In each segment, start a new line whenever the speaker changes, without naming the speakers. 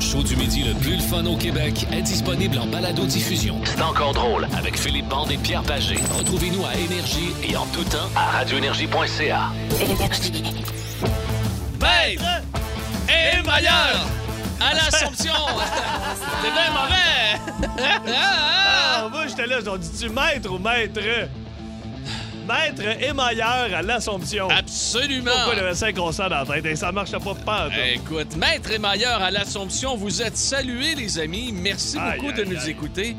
show du midi le plus le fun au Québec est disponible en balado-diffusion. C'est encore drôle avec Philippe Bande et Pierre Pagé. Retrouvez-nous à Énergie et en tout temps à radioénergie.ca. Maître et Maillard à l'Assomption. C'est bien mauvais.
Ah, moi, j'étais là, j'en dis-tu maître ou maître? Maître émailleur à l'Assomption.
Absolument.
Pourquoi il avait 5 concerts dans la tête? Et ça marche pas pas.
Écoute, Maître Émailleur à l'Assomption, vous êtes salués, les amis. Merci
Aïe,
beaucoup
aïe,
de nous
aïe.
écouter.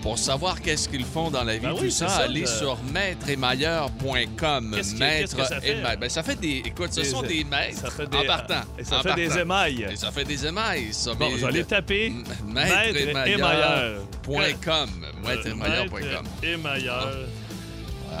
Pour savoir qu'est-ce qu'ils font dans la vie,
Ben
tout
oui,
ça,
c'est ça,
allez
le-
sur maîtreémailleur.com.
Qu'est-ce que-
Maître
qu'est-ce que ça fait?
émaille- Ben, ça fait des. Écoute, ce
Des-
sont des maîtres
ça fait des-
en partant.
et ça
en
fait des
partant.
émails.
Et ça fait des émails, Mm, ça.
Bon,
mais-
je vais aller taper
M-
maîtreémailleur.com.
Maîtreémailleur.com.
euh,
Maîtreémailleur.com.
Émailleur.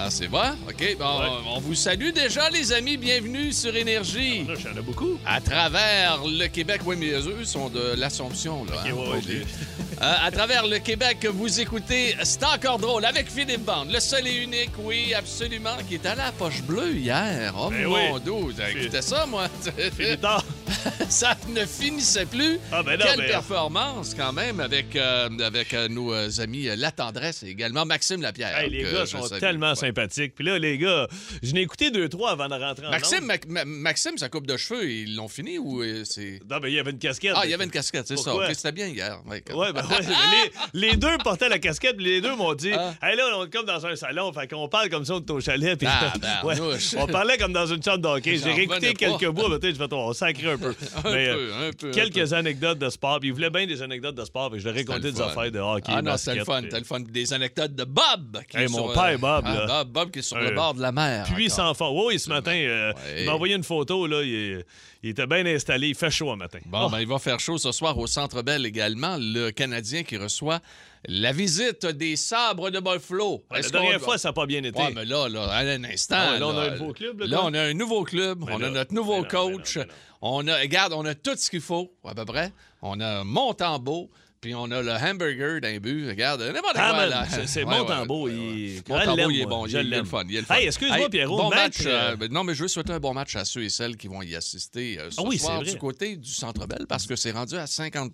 Ah, c'est bon? OK. Bon,
Ouais.
on vous salue déjà, les amis. Bienvenue sur Énergie.
Là, j'en ai beaucoup.
À travers le Québec, oui, mais eux sont de l'Assomption, là.
ouais,
faut
ouais,
oublier.
j'ai-
Euh, à travers le Québec, vous écoutez C'est encore drôle avec Philippe Bande, le seul et unique, oui, absolument, qui est allé à la poche bleue hier. Oh
Ben
mon
oui.
dos, écoutez ça, moi. Euh,
Philippe Dard.
ça ne finissait plus.
Ah, ben non,
Quelle
mais-
performance, quand même, avec, euh, avec euh, nos euh, amis euh, La Tendresse et également Maxime Lapierre.
Hey, les
que
gars
je
sont
salue.
tellement
Ouais.
sympathiques. Puis là, les gars, je n'ai écouté deux, trois avant de rentrer en
Maxime,
onde.
Mac- Ma- Maxime, sa coupe de cheveux, ils l'ont fini ou euh, c'est.
Non, mais il y avait une casquette.
Ah, il y avait une casquette, c'est ça.
Pourquoi?
Ok, C'était bien hier. Ouais, quand-
Ouais, ben ouais. mais les, les deux portaient la casquette, puis les deux m'ont dit
Ah.
Hey là, on est comme dans un salon, fait qu'on parle comme ça, on est au chalet. Puis,
Ah,
ouais,
barnouche.
on parlait comme dans une chambre d'hockey.
J'en
J'ai réécouté
revenais pas.
quelques bouts, peut-être, je vais on sacré un peu.
Un
Mais,
peu,
euh,
un peu, un
Quelques anecdotes de sport, puis il voulait bien des anecdotes de sport, puis je leur ai
C'était
raconté
le
des
fun.
affaires de hockey.
Ah non, c'est
basket,
le fun,
puis-
c'est le fun. Des anecdotes de Bob. Qui
Hey,
est
mon
sur, euh,
père, Bob,
ah,
là.
Bob, Bob qui est sur le
Euh,
bord de la mer.
Puissant
encore.
fort. Oui, oui, ce matin, euh,
Ouais.
il m'a envoyé une photo, là, il, est- il était bien installé, il fait chaud un matin.
Bon,
Oh,
ben, il va faire chaud ce soir au Centre Bell également. Le Canadien qui reçoit la visite des sabres de Buffalo.
la
Est-ce
dernière
qu'on-
fois, ça n'a pas bien été.
Ouais, mais là, là, à un instant.
Ah ouais, là, on a un nouveau club, là,
là,
quoi?
on a un nouveau club. on a
là,
notre nouveau
mais non, mais
coach.
non, mais non.
On a, regarde, on a tout ce qu'il faut, à peu près. On a Montembeau, puis on a le hamburger d'un but. Regarde, n'importe
Ah,
quoi,
man,
là.
c'est- c'est
Ouais, ouais,
Montembeau,
ouais,
il-
ouais.
je
Montembeau,
l'aime,
il est
moi.
bon.
Je
il est
l'aime.
le fun. Il est le fun.
Hey, excuse-moi, Pierrot,
Bon
match,
match.
euh,
ben, non, mais je veux souhaiter un bon match à ceux et celles qui vont y assister euh, ce
Ah oui,
soir
c'est vrai.
du côté du Centre Bell parce que c'est rendu à 50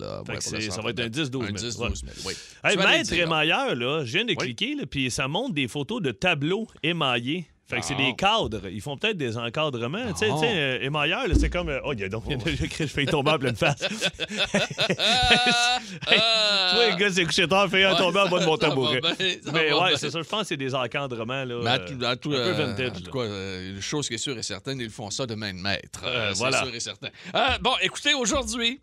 là,
Fait
ouais,
que
pour
c'est-
le
ça
Centre
va être un
Bell.
10-12 000,
Un 10-12
ouais.
000, oui.
Hey,
Tu vas
maître
les dire,
émailleur, là, je viens de
Oui.
cliquer, là, puis ça montre des photos de tableaux émaillés. Fait que c'est
Ah.
des cadres. Ils font peut-être des encadrements. Tu sais,
Ah.
tu sais, euh, émailleur, là, c'est comme. euh, Oh, il y a donc. Je fais tomber en pleine face.
Ah,
Hey,
ah.
tu vois, le gars s'est couché tard, fait un
Ouais,
tomber en bas de mon
ça va
tabouret.
bien, ça
Mais
va
ouais,
bien.
c'est ça. Je pense que c'est des encadrements, là.
Mais à
euh,
tout- à tout-
un peu
euh,
vintage.
en tout
là.
cas, euh, une chose qui est sûre et certaine, ils font ça de main de maître.
Euh,
c'est
voilà.
sûr et certain. Euh, bon, écoutez, aujourd'hui,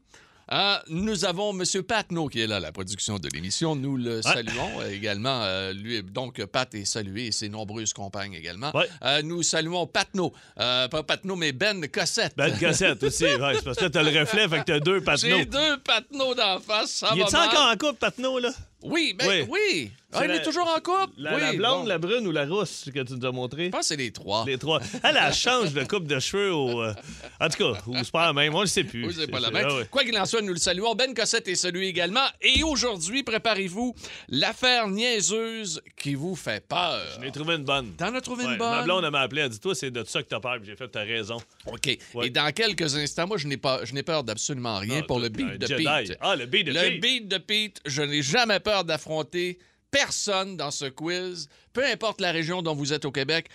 euh, nous avons M. Patneau qui est là, à la production de l'émission. Nous le saluons euh, également. euh, lui, est- donc, Pat est salué et ses nombreuses compagnes également.
Ouais.
Euh, nous saluons Patneau. Euh, pas Patneau, mais Ben Cossette.
Ben, de cassette aussi. Ouais, c'est parce que là, t'as le reflet, fait que t'as deux
J'ai
patenaux.
deux Patneaux d'en face. Ça
Il
va
est-tu
mal.
encore en couple, patenot, là?
Oui, ben oui.
Oui.
Ah,
C'est
il
la-
est toujours en couple.
La,
oui,
la blonde,
bon.
la brune ou la rousse que tu nous as montré?
Je pense que c'est les trois.
Les trois. Elle, elle change de coupe de cheveux au. euh, En tout cas, ou c'est pas la même, on le sait plus.
Oui, c'est pas la
c'est-
même.
ah ouais.
Quoi qu'il en soit, nous le saluons. Ben Cossette est celui également. Et aujourd'hui, préparez-vous l'affaire niaiseuse qui vous fait peur.
J'en ai trouvé une bonne.
T'en as trouvé
Ouais,
une bonne?
Ma blonde, elle m'a appelé, elle dit Toi, c'est de ça que t'as peur, Puis j'ai fait, t'as raison.
OK.
Ouais.
Et dans quelques instants, moi, je n'ai pas, je n'ai peur d'absolument rien
Ah,
pour le
t'as-
beat
un
de
Jedi.
Pete.
Ah, le beat de
Le
Pete.
beat de Pete, je n'ai jamais peur d'affronter personne dans ce quiz, peu importe la région dont vous êtes au Québec.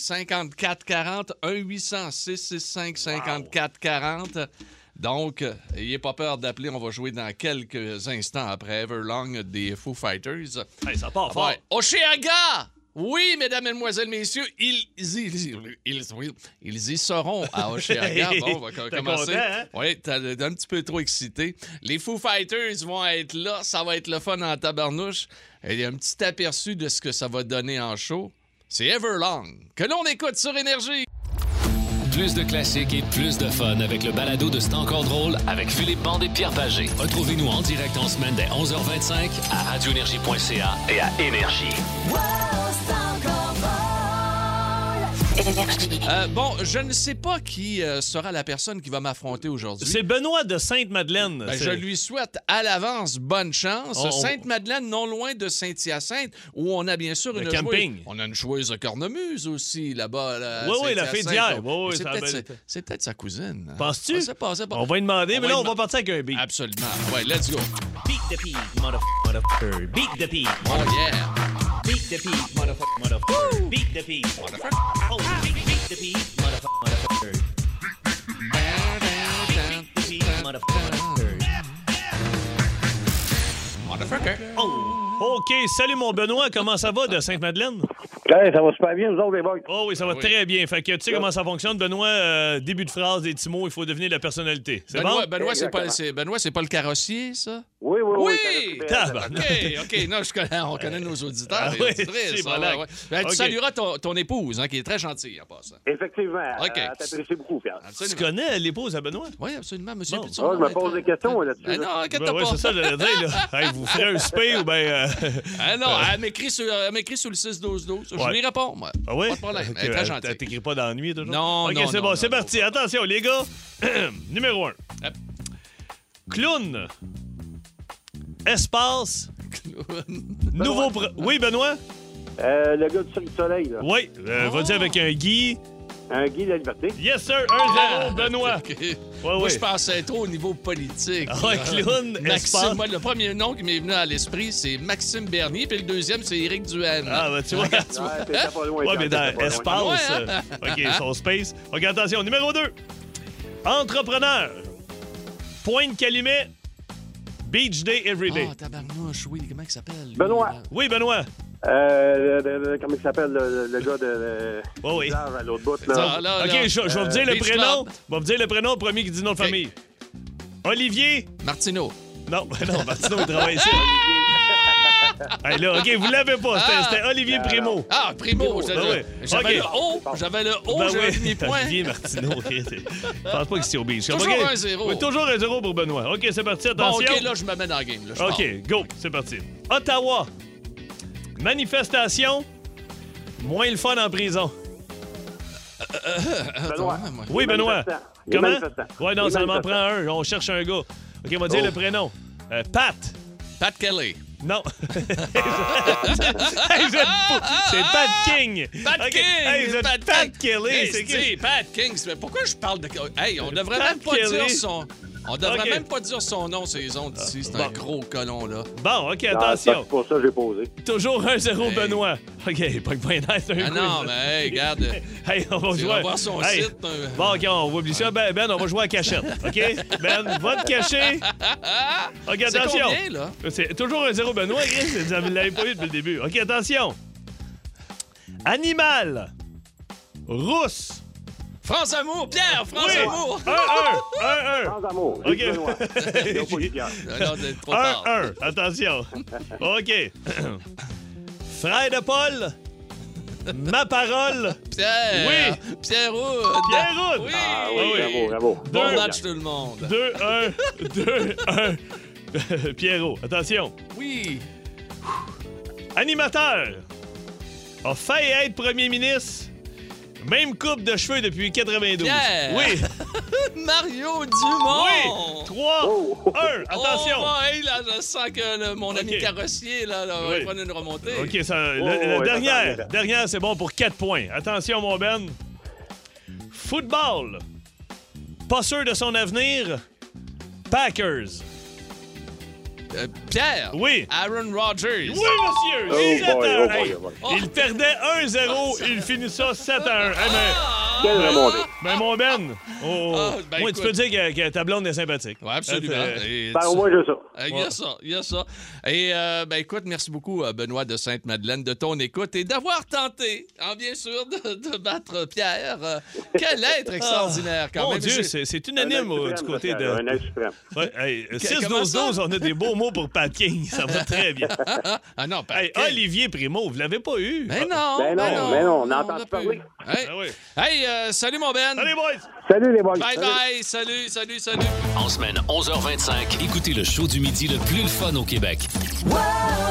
1-800-665-5440. 1-800-665-5440. Donc, euh, ayez pas peur d'appeler. On va jouer dans quelques instants après Everlong des Foo Fighters.
Hey, ça part fort.
Ah Ouais. Oshéaga! Oui, mesdames, mesdemoiselles, messieurs, ils, ils, ils, oui, ils y seront Ah, à Oshéaga. bon, on va co-
T'es
commencer.
content, hein?
Oui, t'as t'es un petit peu trop excité. Les Foo Fighters vont être là. Ça va être le fun en tabarnouche. Et il y a un petit aperçu de ce que ça va donner en show. C'est Everlong, que l'on écoute sur Énergie.
Plus de classiques et plus de fun avec le balado de C'est encore drôle avec Philippe Bande et Pierre Pagé. Retrouvez-nous en direct en semaine dès 11h25 à radioénergie.ca et à Énergie.
Énergie.
Euh, bon, je ne sais pas qui euh, sera la personne qui va m'affronter aujourd'hui.
C'est Benoît de Sainte-Madeleine.
Ben,
C'est-
je lui souhaite à l'avance bonne chance.
On- on-
Sainte-Madeleine, non loin de Saint-Hyacinthe, où on a bien sûr
Le
une
camping.
joueuse- On a une joueuse cornemuse aussi là-bas. là, à
Oui, oui, la fille
Saint-Hyacinthe.
d'hier. Oui, oui,
c'est
ça a
peut-être
bien
sa-
été.
c'est peut-être sa cousine.
Penses-tu?
On sait pas, on sait pas.
On va lui demander,
On
mais
va
là,
lui Ah.
on va partir avec un beat.
Absolument. Ouais, let's go.
Beat the pig, motherfucker, motherfucker. Beat the pig,
Oh yeah.
beat the pig, motherfucker, motherfucker. Beat the pig, motherfucker. Oh, beat, beat the pig, motherfucker, motherfucker. Beat the pig, motherfucker, motherfucker.
Motherfucker.
Oh,
OK, salut mon Benoît, comment ça va de Sainte-Madeleine?
Hey, ça va super bien, nous autres, les boys.
Oh oui, ça va
Ah Oui.
très bien. Fait que tu sais comment ça fonctionne, Benoît, euh, début de phrase, des petits mots, il faut devenir la personnalité. C'est
Benoît, ben,
bon?
Benoît, c'est pas,
Exactement.
c'est- Benoît, c'est pas le carrossier, ça?
Oui, oui,
Oui!
oui. ça reste bien.
Tabarnak.
OK, OK. Non, je connais, on connaît nos auditeurs.
Ah
et
oui,
auditrices.
c'est
Ah,
malade.
ouais, ouais. Ben, Tu
OK.
salueras ton, ton épouse, hein, qui est très gentille en passant.
Effectivement.
OK.
euh, T'apprécies beaucoup, Pierre.
Tu
Absolument.
connais l'épouse à Benoît?
Oui, absolument, monsieur.
Bon.
Piton.
Ouais, Ah, je me pose des questions, moi, là-dessus,
Ah non,
là.
inquiète
Ben ouais,
pas.
c'est ça, j'allais dire, là. Hey, vous ferez un spé ou ben. euh,
Ah non, elle m'écrit sur, elle m'écrit sur le 6-12-12. Je
Ouais.
lui réponds, moi.
Ah oui?
Pas de problème.
Ok,
Elle est très
euh,
gentille.
T'écris pas d'ennui, toujours?
Non,
Ok,
non,
c'est
non,
bon,
non,
c'est
non.
parti. Attention, les gars. Numéro 1.
Hop.
Clown. Espace. Nouveau. pro- Oui, Benoît?
Euh, le gars du Cirque du Soleil, là.
Oui. Euh,
Oh.
Va-y avec un Guy.
Un Guy de la Liberté.
Yes, sir. 1-0, Benoît.
Ah, OK.
Ouais,
Moi,
ouais.
je pensais trop au niveau politique.
Ah ouais, clown,
Maxime,
espace.
moi, le premier nom qui m'est venu à l'esprit, c'est Maxime Bernier, puis le deuxième, c'est Éric Duhaime.
Ah, ben, tu vois.
Ouais, t'étais pas loin.
Ouais, mais
Pierre,
dans
t'étais pas loin.
espace.
Ouais, hein?
euh, OK, son space. OK, attention. Numéro 2. Entrepreneur. Pointe Calumet. Beach Day Everyday.
Ah, tabarnouche, oui, comment il s'appelle? lui,
Benoît.
là?
Oui, Benoît.
Euh, le- le- le- comment il s'appelle, le, le gars de. euh,
Ouais, oui.
Bizarre, à l'autre bout,
Ah,
là.
là,
OK,
là.
je, je vais vous dire le
Beach
prénom.
Club.
Je vais vous dire le prénom au premier qui dit nom de famille. Olivier.
Martineau.
Non, ben non, Martino, il travaille ici. hey, là, OK, vous l'avez pas. C'était
Ah.
c'était Olivier Primo.
Ah, Primo. c'est-
Ben oui.
J'avais
Ok.
le haut, j'avais le haut,
Ben
j'avais
oui,
le demi-point.
Olivier Martineau. ok, c'est- Je pense pas que c'est au beach.
Toujours
OK.
un zéro.
Oui, toujours un zéro pour Benoît. OK, c'est parti,
Bon,
attention.
OK, là, je me mets dans la game. Là, je pars.
OK, go, c'est parti. Ottawa. Manifestation. Moins le fun en prison.
Benoît.
Ah, moi.
Oui,
Les
Benoît.
manifestants. Les
Comment?
manifestants.
Ouais, non,
Les
ça m'en prend
manifestants.
un. On cherche un gars. OK, on va dire
Oh.
le prénom. Euh, Pat.
Pat Kelly.
Non. Hey, vous êtes fous. c'est Pat King.
Pat
OK,
King!
hey, vous êtes Pat, Kelly.
Hey,
c'est
dis,
qui?
Pat King, c'est- pourquoi je parle de. Hey, on devrait
Pat
même pas
Kelly.
dire son. On devrait
OK.
même pas dire son nom, ces ondes ici. C'est un
bon.
gros colon, là.
Bon, OK,
Ah, c'est
attention.
pour ça que j'ai posé.
Toujours 1-0
Hey.
Benoît. OK, pas que bien nice d'un
Ah
coup.
non, mais hey, regarde.
Hey, on va
Tu
jouer.
vas voir son site, euh.
Bon, OK, on va oublier ça. Ben, ben, on va jouer à cachette. OK? Ben, va te cacher. OK,
C'est
attention.
combien, là?
C'est toujours 1-0 Benoît, Chris. Vous avez- l'avez pas eu depuis le début. OK, attention. Animal. Rousse.
France Amour, Pierre, France
Oui.
Amour!
1-1. 1-1.
Sans amour.
OK.
Guy de Benoît. Il y a pas eu de Pierre.
Non, c'est trop tard.
1-1. Attention. OK. Frère de Paul. Ma parole.
Pierre! Pierre Hood!
Pierre Hood.
Oui!
Ah oui, bravo, bravo.
Bon
Deux.
match, tout le monde.
2-1. 2-1. Pierrot, attention.
Oui!
Animateur. A failli être premier ministre. Même coupe de cheveux depuis 92.
Pierre.
Oui.
Mario
Oui.
Dumont!
3,
Oh.
1. Attention.
Oh, hey, là, je sens que le- mon ami
Ok.
carrossier, là, là, va
Oui.
prendre une remontée.
OK, ça, le-
Oh,
le,
ouais,
dernière,
attends, attends.
dernière, c'est bon pour 4 points. Attention, mon Ben. Football. Pas sûr de son avenir. Packers.
Euh, Pierre!
Oui.
Aaron Rodgers!
Oui, monsieur!
Oh
7 à
boy,
1.
oh boy,
Hey,
oh boy.
Il perdait 1-0, il finit ça 7 à Eh ben, 1. Hey, mais,
Quelle remontée.
mais mon Ben, oh,
Ah, ben,
moi, tu
écoute.
peux dire que, que ta blonde est sympathique.
Ouais, absolument.
Euh,
Et
Par
tu-
au moins, j'ai ça.
Euh, Il y a ça, il y a ça. Et euh, ben écoute, merci beaucoup euh, Benoît de Sainte-Madeleine de ton écoute et d'avoir tenté, hein, bien sûr, de, de battre Pierre. Euh, quel être extraordinaire quand
Ah. Mon
même.
Dieu,
Je-
c'est c'est
Un
unanime
œil
euh, du
suprême,
côté
ça,
de...
Un œil suprême.
Ouais, hey, euh,
comment
6-12-12,
ça?
on a des beaux mots pour Pat King, ça va très bien.
Ah non, Pat
Hey, Ah.
King.
Olivier Primo, vous l'avez pas eu?
Ben non,
Ben non, ben non, on a entendu
l'a pas
parler.
eu. Hey,
Ah oui.
hey, euh, salut mon Ben.
Allez, boys!
Salut, les boys.
bye
Salut.
bye, salut, salut, salut.
En semaine 11h25, écoutez le show du midi le plus le fun au Québec.
Wow,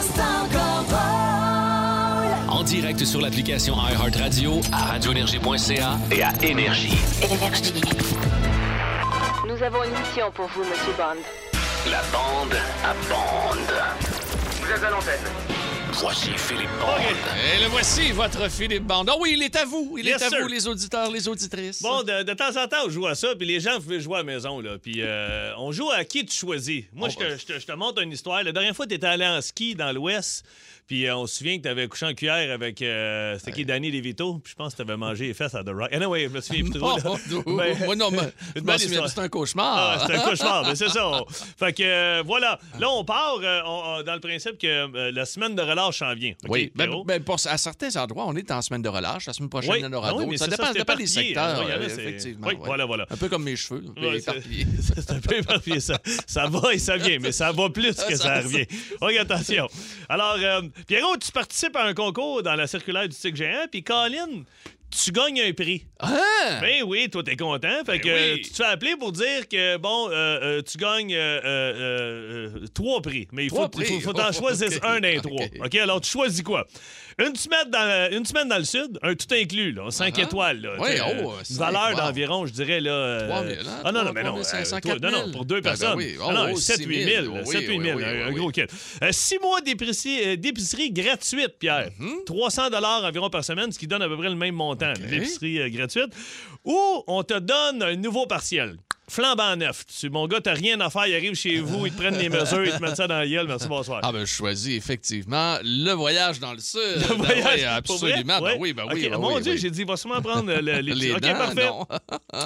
c'est encore drôle.
En en direct sur l'application iHeartRadio, à radioénergie.ca et à Énergie.
Énergie. Nous avons une mission pour vous, Monsieur Bond.
La bande à bande.
Vous êtes à l'antenne.
Voici Philippe
OK.
Et le voici, votre Philippe Bandon. Oui, il est à vous. Il
Yes,
est à
sir.
vous, les auditeurs, les auditrices.
Bon, de, de temps en temps, on joue à ça, puis les gens veulent jouer à la maison, là. Puis euh, on joue à qui tu choisis. Moi,
Oh,
je te- je te je te montre une histoire. La dernière fois, tu étais allé en ski dans l'Ouest, puis euh, on se souvient que tu avais couché en cuillère avec. euh, C'était qui, Danny DeVito? Puis je pense que tu avais mangé les fesses à The Rock. Anyway, je me souviens plus trop.
Oh,
là.
moi,
Mais-
non, mais-
Une bonne
mais c'est
histoire.
c'est un cauchemar.
Ah, c'est un cauchemar, mais c'est ça. On- Fait que euh, voilà. Là, on part euh, on- on- dans le principe que euh, la semaine de relâche s'en vient. OK,
oui, ben,
Véro?
ben, pour- à certains endroits, on est en semaine de relâche. La semaine prochaine,
Oui.
il y en aura
Ah oui,
d'autres.
mais
Ça
c'est ça,
dépend,
c'est
ça dépend des
éparpillé.
secteurs.
Ah, il y en a,
euh,
c'est-
effectivement,
oui,
ouais.
voilà, voilà.
Un peu comme mes cheveux. là,
Ouais, c'est-
éparpillés.
c'est un peu éparpillé, ça, ça va et ça vient, mais ça va plus que ça
Ça- ça-
revient. OK, attention. Alors, euh, Pierrot, tu participes à un concours dans la circulaire du Tic Géant, puis Colin, tu gagnes un prix.
Ah!
Ben oui, toi, t'es content. Fait que
Ben oui.
euh, tu te fais appeler pour dire que, bon, euh, euh, tu gagnes euh, euh, euh, trois prix. Mais il faut,
Trois prix.
faut, faut t'en
Oh,
choisir
ok.
un des
Ok.
trois. OK, alors tu choisis quoi? Une semaine dans, la- une semaine dans le Sud, un tout inclus, là, 5
Ah.
étoiles. Là,
Oui,
T'sais, euh,
oh,
une
cinq,
valeur
wow.
d'environ, je dirais, là. euh,
3 000, hein?
Ah non, non,
Trois-
mais non.
trois mille cinq cents,
euh,
quatre
non, non,
mille.
pour deux
Ah, ben
personnes.
oui.
non, non,
Oh,
7
six
8
mille.
000.
Oui,
7 8 000,
oui, oui,
un, un
oui.
gros kit. Euh, six mois d'épicerie, euh, d'épicerie gratuite, Pierre.
Mm-hmm.
300 dollars environ par semaine, ce qui donne à peu près le même montant. L'épicerie euh, gratuite. Ou on te donne un nouveau partiel. Flambant neuf. Tu, mon gars, t'as rien à faire, il arrive chez vous, ils te prennent les mesures, ils te mettent ça dans la gueule. Merci, bonsoir.
Ah ben je choisis effectivement le voyage dans le sud.
Le
Ben
voyage,
oui,
pour vrai?
absolument.
Ouais.
Ben oui, ben oui.
Ok,
ben
Mon
oui,
Dieu,
oui.
j'ai dit, il va sûrement prendre euh, le- les, petits-
les
Ok,
dents,
parfait.
non.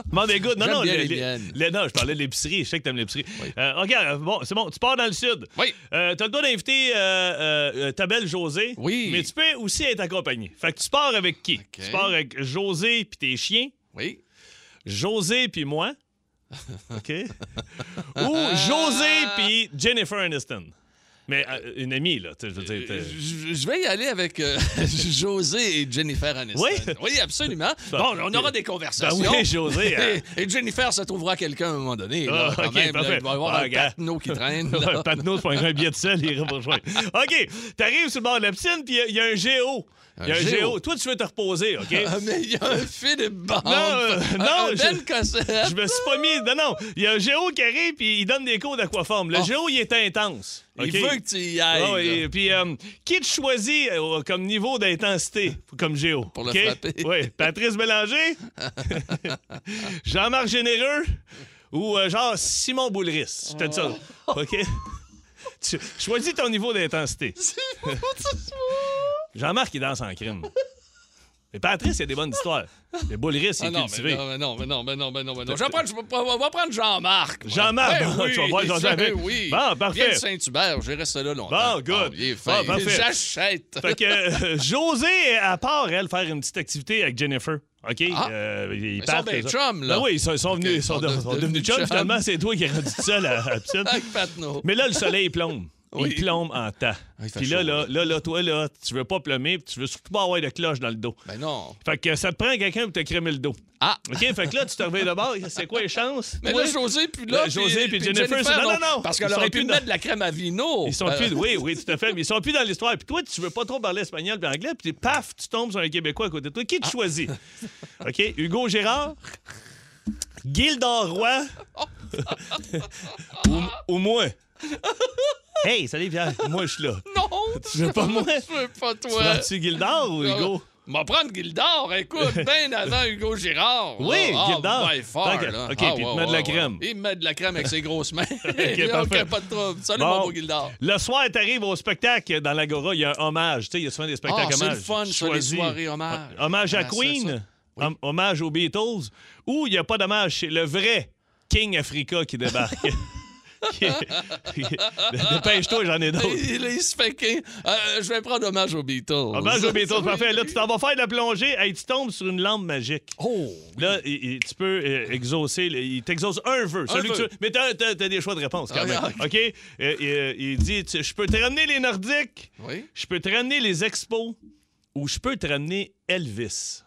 Bon, mais good. Non,
J'aime
non,
bien
les-
les
les-
miennes.
les- non, je parlais de l'épicerie. Je sais que t'aimes l'épicerie.
Oui.
Euh, OK, euh, bon, c'est bon. Tu pars dans le sud.
Oui.
Euh, t'as le droit d'inviter euh, euh, euh, ta belle Josée.
Oui.
Mais tu peux aussi être accompagné. Fait que tu pars avec qui? Tu pars avec Josée puis tes chiens,
Oui.
Josée puis moi. OK? Ou Josée puis Jennifer Aniston. Mais euh, une amie, là. tu sais, Je veux dire. t'es-
Euh, Je je vais y aller avec euh, José et Jennifer Aniston.
Oui?
oui, absolument. Bon, on aura des conversations.
Ben oui, José, hein.
Et, et Jennifer se trouvera quelqu'un à un moment donné. là,
Ah,
quand
ok,
même, là,
parfait.
il va y avoir
Ah,
un
regarde.
patneau qui traîne. là.
Ouais, Patnaud, c'est pas un billet de sel, il ira pour rejoindre. OK, t'arrives sur le bord de la piscine, puis il y a- il y, a un géo. Il y a un
Un
géo.
géo.
Toi, tu veux te reposer, OK?
Ah, mais il y a un Philippe Bond.
euh,
Un-
non,
un
je-
Ben Cossette.
Je me suis pas mis. Non, non. Il y a un géo qui arrive, puis il donne des cours d'aquaforme. Le géo, il est intense.
Il
OK?
veut que tu y ailles.
Ah
là.
oui, puis euh, qui te choisit euh, comme niveau d'intensité, comme géo?
Pour le
OK?
frapper.
Oui, Patrice Bélanger, Jean-Marc Généreux ou euh, genre Simon Boulris. Je te dis ça.
Oh.
OK? Tu- choisis ton niveau d'intensité. Jean-Marc, il danse en crime. Mais Patrice, il y a des bonnes histoires. Mais Boulris, il
Ah
est
non, mais
cultivé.
non, mais non, mais non, mais non, mais non, mais non. Je vais prendre- je vais- on va prendre Jean-Marc.
Jean-Marc,
Ben
bon,
oui,
tu vas voir Jean-Marc.
ben oui.
Bon, parfait.
Viens de Saint-Hubert, je reste là longtemps.
Bon, good.
Ah, il est
Bon,
fin.
parfait.
J'achète.
Fait que euh, José, à part elle, faire une petite activité avec Jennifer. OK?
Ah.
Euh, ils
sont bien
ça.
chums, là.
Ben oui, ils sont, ils sont
OK,
venus, ils
ils
sont,
sont
de-
de-
sont devenus
devenus
chums.
chums.
Finalement, c'est toi qui es rendu seul à, à piscine.
Avec Patnaud.
Mais là, le soleil plombe.
Oui.
Il plombe en tas.
Ah, il fait
Puis là,
chaud,
là, là, là, toi, là, tu veux pas plumer, puis tu veux surtout pas avoir de cloche dans le dos.
Ben non.
Fait que ça te prend quelqu'un pour te crémer le dos.
Ah.
OK? Fait que là, tu te réveilles de bord. C'est quoi les chances?
Mais
Toi,
là, José, puis là,
Ben, José, puis Jennifer, c'est- non, non, non.
Parce
Ils
qu'elle
sont
aurait
plus
pu me
dans-
mettre de la crème à vino.
Ils sont
Ben,
plus, oui, oui, tout à fait, mais ils sont plus dans l'histoire. Puis toi, tu veux pas trop parler espagnol puis anglais, puis paf, tu tombes sur un Québécois à côté de toi. Qui tu choisis?
Ah.
OK, Hugo Gérard, Gildor Roy ou, ou moi? Hey, salut Pierre, moi je suis là.
Non.
Tu veux pas moi?
Je veux pas
Tu
toi.
prends-tu Gildor ou Hugo?
M'en prendre Gildor, écoute, bien avant Hugo Girard.
Oui,
là.
Gildor.
Ah, by far,
Tant que-
là.
OK,
Ah,
puis il te
ouais,
met de la
ouais,
crème.
ouais. Il me met de la crème avec ses grosses mains. OK,
parfait.
pas de trouble. Salut,
Bon.
Ah, mon beau Gildor.
Le soir, t'arrives au spectacle dans l'Agora, il y a un hommage. Tu sais, il y a souvent des spectacles
Ah, c'est le
hommages.
fun,
Tu
ça, les
choisis.
soirées hommages.
Ah, Hommage à
Ah, c'est ça.
Queen, hom- hommage aux Beatles, ou il n'y a pas d'hommage, c'est le vrai King Africa qui débarque. Qui- qui- Dépêche-toi, j'en ai d'autres.
Il, il se fait que- Euh, je vais prendre hommage aux Beatles.
Hommage aux Beatles,
Oui.
parfait. Là, tu t'en vas faire de la plongée, et tu tombes sur une lampe magique.
Oh!
Là, il- il- tu peux euh, exaucer, le- il t'exauce un vœu. celui que
vœu.
tu- mais t'as, t'as- t'as des choix de réponse quand
Ah,
même.
ah,
OK? Euh, euh, il dit tu- Je peux te ramener les Nordiques,
Oui.
je peux te ramener les Expos, ou je peux te ramener Elvis.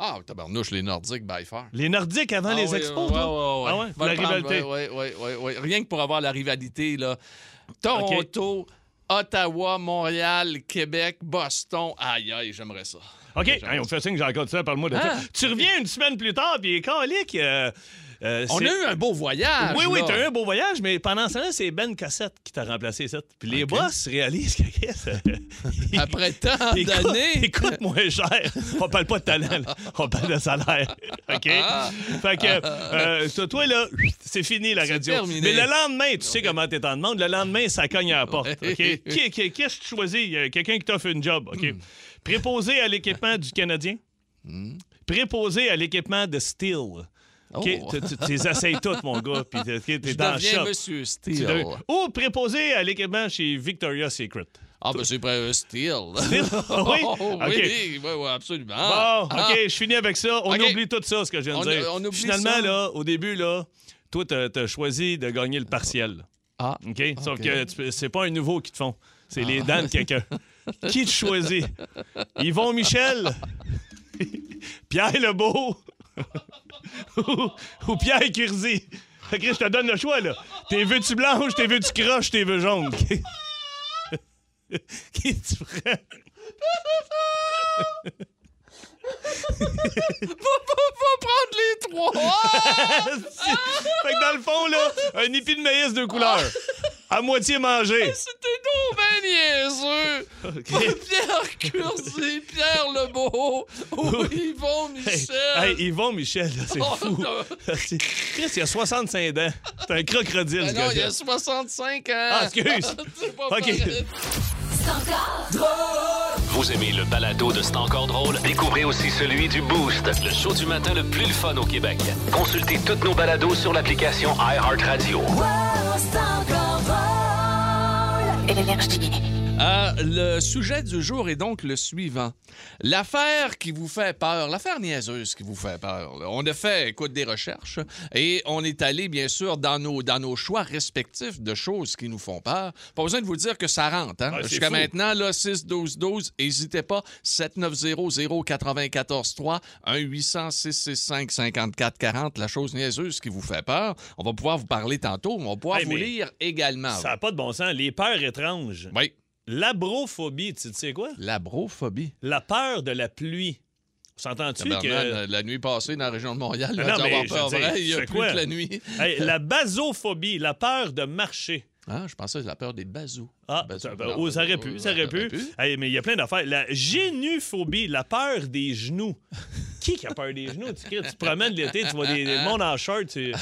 Ah, tabarnouche, les Nordiques, by far.
Les Nordiques avant
Ah
les
oui,
Expos,
ouais,
toi?
ouais, ouais, ouais.
Ah ouais?
Va
La
le prendre,
rivalité.
ouais, ouais, ouais, ouais, ouais. Rien que pour avoir la rivalité, là. Toronto, Ottawa, Montréal, Québec, Boston. Aïe, aïe, j'aimerais ça.
OK, hey, on fait signe, j'ai encore ça, parle-moi de ça.
Ah.
Tu reviens une semaine plus tard, puis calique. Euh, euh,
On a
c'est-
eu un beau voyage.
Oui, oui,
là.
t'as eu un beau voyage, mais pendant ce temps-là, c'est Ben Cassette qui t'a remplacé, ça. Puis les
OK.
boss réalisent que Chris, euh,
Après tant
il coûte-
d'années.
il coûte moins cher. On parle pas de talent, là. on parle de salaire.
Ah.
OK? Fait que, euh, sur toi, là, c'est fini la
C'est
radio.
terminé.
Mais le lendemain, tu sais comment t'es en demande, le lendemain, ça cogne à la porte. OK? Qui- qui- Qu'est-ce que tu choisis? Il y a Quelqu'un qui t'offre une job. OK?
Hmm.
Préposé à l'équipement du Canadien? Préposé à l'équipement de Steel.
Oh.
OK? Tu- Tu tu les essayes toutes, mon gars, puis t'es- t'es
Je
dans le
deviens
shop.
Monsieur
Tu
Steele.
deviens- Ou préposé à l'équipement chez Victoria's Secret.
Ah, ben c'est prêt, Steele.
oui?
Oh,
OK.
oui, oui, oui,
Bon,
absolument. Ah.
OK, je finis avec ça. On
OK.
oublie tout ça, ce que je viens de
On-
dire.
on oublie
Finalement,
ça.
là, au début, là, toi, t'as t'as choisi de gagner le partiel.
Ah.
OK? Sauf
OK.
que tu peux- c'est pas un nouveau qui te font. C'est les dents de quelqu'un. qui tu choisis? Yvon Michel? Pierre Lebeau? ou, ou Pierre Curzi? OK, je te donne le choix, là. T'es veux-tu blanche, t'es veux-tu croche, t'es veux jaune? qui tu prends?
Faut prendre les trois. Ah,
Si. fait que dans le fond, là, un épi de maïs de couleur. À moitié mangé.
C'était donc ben niaiseux! Pierre Curzi, Pierre Lebeau, ou Yvon Michel!
Hey, Yvon Michel, là, c'est
Oh,
fou. Ah,
non.
C'est- Chris, il a 65 dents. C'est un crocodile,
Ben
ce
non, il
gars-là.
a 65 ans!
Ah, excuse.
C'est pas
Ok.
pareil.
Vous aimez le balado de C'est encore drôle? Découvrez aussi celui du Boost, le show du matin le plus le fun au Québec. Consultez toutes nos balados sur l'application iHeartRadio.
Euh, le sujet du jour est donc le suivant. L'affaire qui vous fait peur, l'affaire niaiseuse qui vous fait peur. là. On a fait, écoute, des recherches et on est allé, bien sûr, dans nos, dans nos choix respectifs de choses qui nous font peur. Pas besoin de vous dire que ça rentre. Hein?
Ah, c'est
Jusqu'à
fou.
maintenant, là, 6-12-12, n'hésitez pas, 790-094-3, 1-800-665-5440, la chose niaiseuse qui vous fait peur. On va pouvoir vous parler tantôt, mais on va pouvoir
Hey,
vous
mais
lire également.
Ça n'a pas de bon sens. Les peurs étranges.
Oui,
L'abrophobie, tu sais quoi?
la brophobie.
La peur de la pluie. On s'entend-tu
Tabarnak,
que...
euh, la nuit passée dans la région de Montréal,
Ah Non,
il a dû
mais
avoir
je
peur
veux dire,
vrai, il y a
c'est
plus
quoi?
que la nuit.
Hey, la basophobie, la peur de marcher.
Ah, je pensais que la peur des bazous.
Ah,
Bazous,
ça,
Ben, non,
oh, ça aurait
bazous,
pu, ça aurait pu. Hey, mais il y a plein d'affaires. La génuphobie, la peur des genoux. qui qui a peur des genoux? Tu, crées, tu te promènes l'été, tu vois des, des monde en short. Tu...